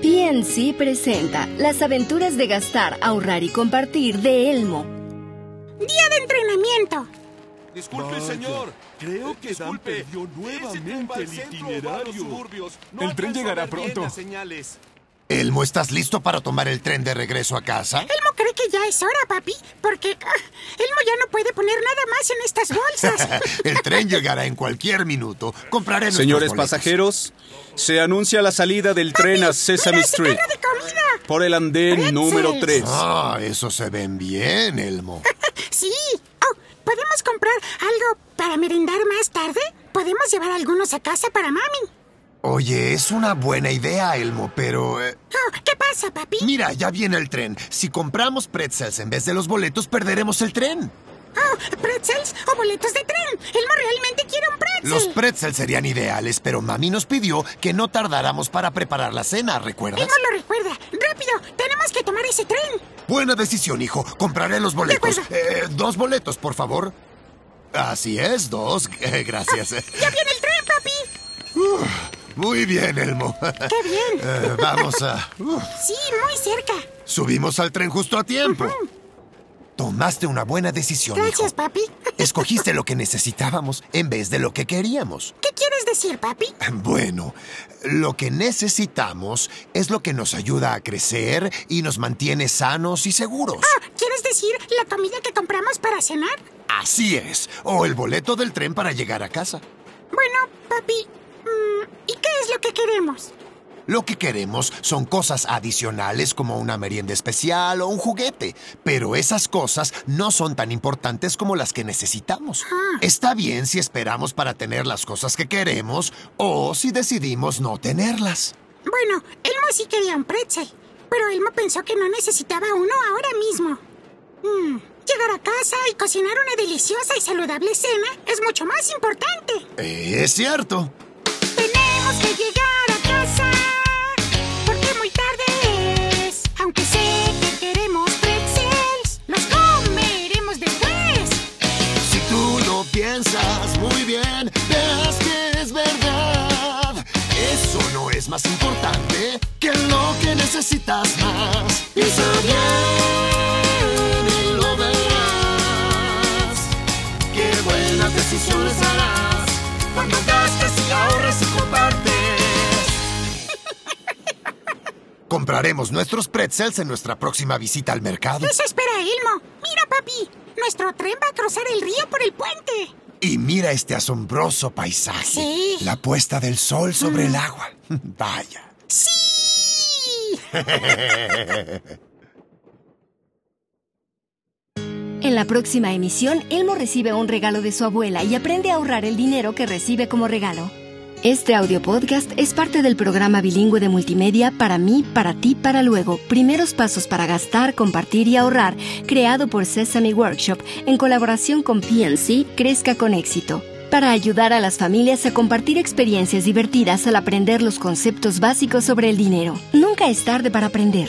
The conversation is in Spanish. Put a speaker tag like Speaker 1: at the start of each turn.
Speaker 1: PNC presenta Las aventuras de gastar, ahorrar y compartir de Elmo.
Speaker 2: Día de entrenamiento.
Speaker 3: Disculpe,
Speaker 4: Vaya,
Speaker 3: señor.
Speaker 4: creo
Speaker 3: Eh,
Speaker 4: que Dan
Speaker 3: disculpe.
Speaker 4: perdió
Speaker 3: Ese
Speaker 4: nuevamente
Speaker 3: tren va al
Speaker 4: el
Speaker 3: centro o va a
Speaker 4: itinerario.
Speaker 3: los suburbios. No
Speaker 4: El tren
Speaker 3: alcanzo a
Speaker 4: llegará
Speaker 3: ver bien
Speaker 4: pronto.
Speaker 3: las señales.
Speaker 5: Elmo, ¿estás listo para tomar el tren de regreso a casa?
Speaker 2: Elmo cree que ya es hora, papi, porque ah, Elmo ya no puede poner nada más en estas bolsas.
Speaker 5: el tren llegará en cualquier minuto. Compraré nuestros
Speaker 6: Señores
Speaker 5: boletos.
Speaker 6: pasajeros, se anuncia la salida del tren a Sesame
Speaker 2: ¡Mira ese
Speaker 6: Street
Speaker 2: carro de comida!
Speaker 6: por el andén número 3.
Speaker 5: Ah, esos se ven bien, Elmo.
Speaker 2: Sí. Oh, ¿Podemos comprar algo para merendar más tarde? Podemos llevar algunos a casa para mami.
Speaker 5: Oye, es una buena idea, Elmo, pero... eh,
Speaker 2: Oh, ¿Qué pasa, papi?
Speaker 5: mira, ya viene el tren. Si compramos pretzels en vez de los boletos, perderemos el tren.
Speaker 2: Oh, ¿Pretzels o boletos de tren? Elmo realmente quiere un pretzel.
Speaker 5: Los pretzels serían ideales, pero mami nos pidió que no tardáramos para preparar la cena, ¿recuerdas?
Speaker 2: Elmo lo recuerda. ¡Rápido! Tenemos que tomar ese tren.
Speaker 5: Buena decisión, hijo. Compraré los boletos.
Speaker 2: acuerdo.
Speaker 5: Eh, dos boletos, por favor. Así es, dos. Eh, Gracias.
Speaker 2: ¡Ya viene el tren, papi!
Speaker 5: Muy bien, Elmo.
Speaker 2: ¡Qué bien!
Speaker 5: Eh, vamos a... Uf,
Speaker 2: Sí, muy cerca.
Speaker 5: subimos al tren justo a tiempo. Tomaste una buena decisión,
Speaker 2: Gracias,
Speaker 5: hijo.
Speaker 2: papi.
Speaker 5: Escogiste lo que necesitábamos en vez de lo que queríamos.
Speaker 2: ¿Qué quieres decir, papi?
Speaker 5: Bueno, lo que necesitamos es lo que nos ayuda a crecer y nos mantiene sanos y seguros.
Speaker 2: Ah, ¿Quieres decir la comida que compramos para cenar?
Speaker 5: Así es. O el boleto del tren para llegar a casa.
Speaker 2: Bueno, papi, mm, ¿y qué es lo que queremos?
Speaker 5: Lo que queremos son cosas adicionales como una merienda especial o un juguete, pero esas cosas no son tan importantes como las que necesitamos.
Speaker 2: Ah.
Speaker 5: Está bien si esperamos para tener las cosas que queremos o si decidimos no tenerlas.
Speaker 2: Bueno, Elmo sí quería un pretzel, pero Elmo pensó que no necesitaba uno ahora mismo. Mm, llegar a casa y cocinar una deliciosa y saludable cena es mucho más importante.
Speaker 5: Eh, Es cierto.
Speaker 2: Tenemos que llegar a casa, porque muy tarde es. Aunque sé que queremos pretzels, los comeremos después.
Speaker 5: Si tú lo piensas muy bien, verás que es verdad. Eso no es más importante que lo que necesitas más. Piensa bien y lo verás. Qué buenas decisiones harás cuando gastas y ahorras y compartes. Compraremos nuestros pretzels en nuestra próxima visita al mercado.
Speaker 2: Eso espera Elmo. Mira, papi. Nuestro tren va a cruzar el río por el puente.
Speaker 5: Y mira este asombroso paisaje.
Speaker 2: Sí. Mm.
Speaker 5: La puesta del sol sobre el agua. Vaya.
Speaker 2: ¡Sí!
Speaker 1: En la próxima emisión, Elmo recibe un regalo de su abuela y aprende a ahorrar el dinero que recibe como regalo. Este audio podcast es parte del programa bilingüe de multimedia Para mí, para ti, para luego. Primeros pasos para gastar, compartir y ahorrar, creado por Sesame Workshop en colaboración con PNC Crezca con éxito. Para ayudar a las familias a compartir experiencias divertidas al aprender los conceptos básicos sobre el dinero. Nunca es tarde para aprender.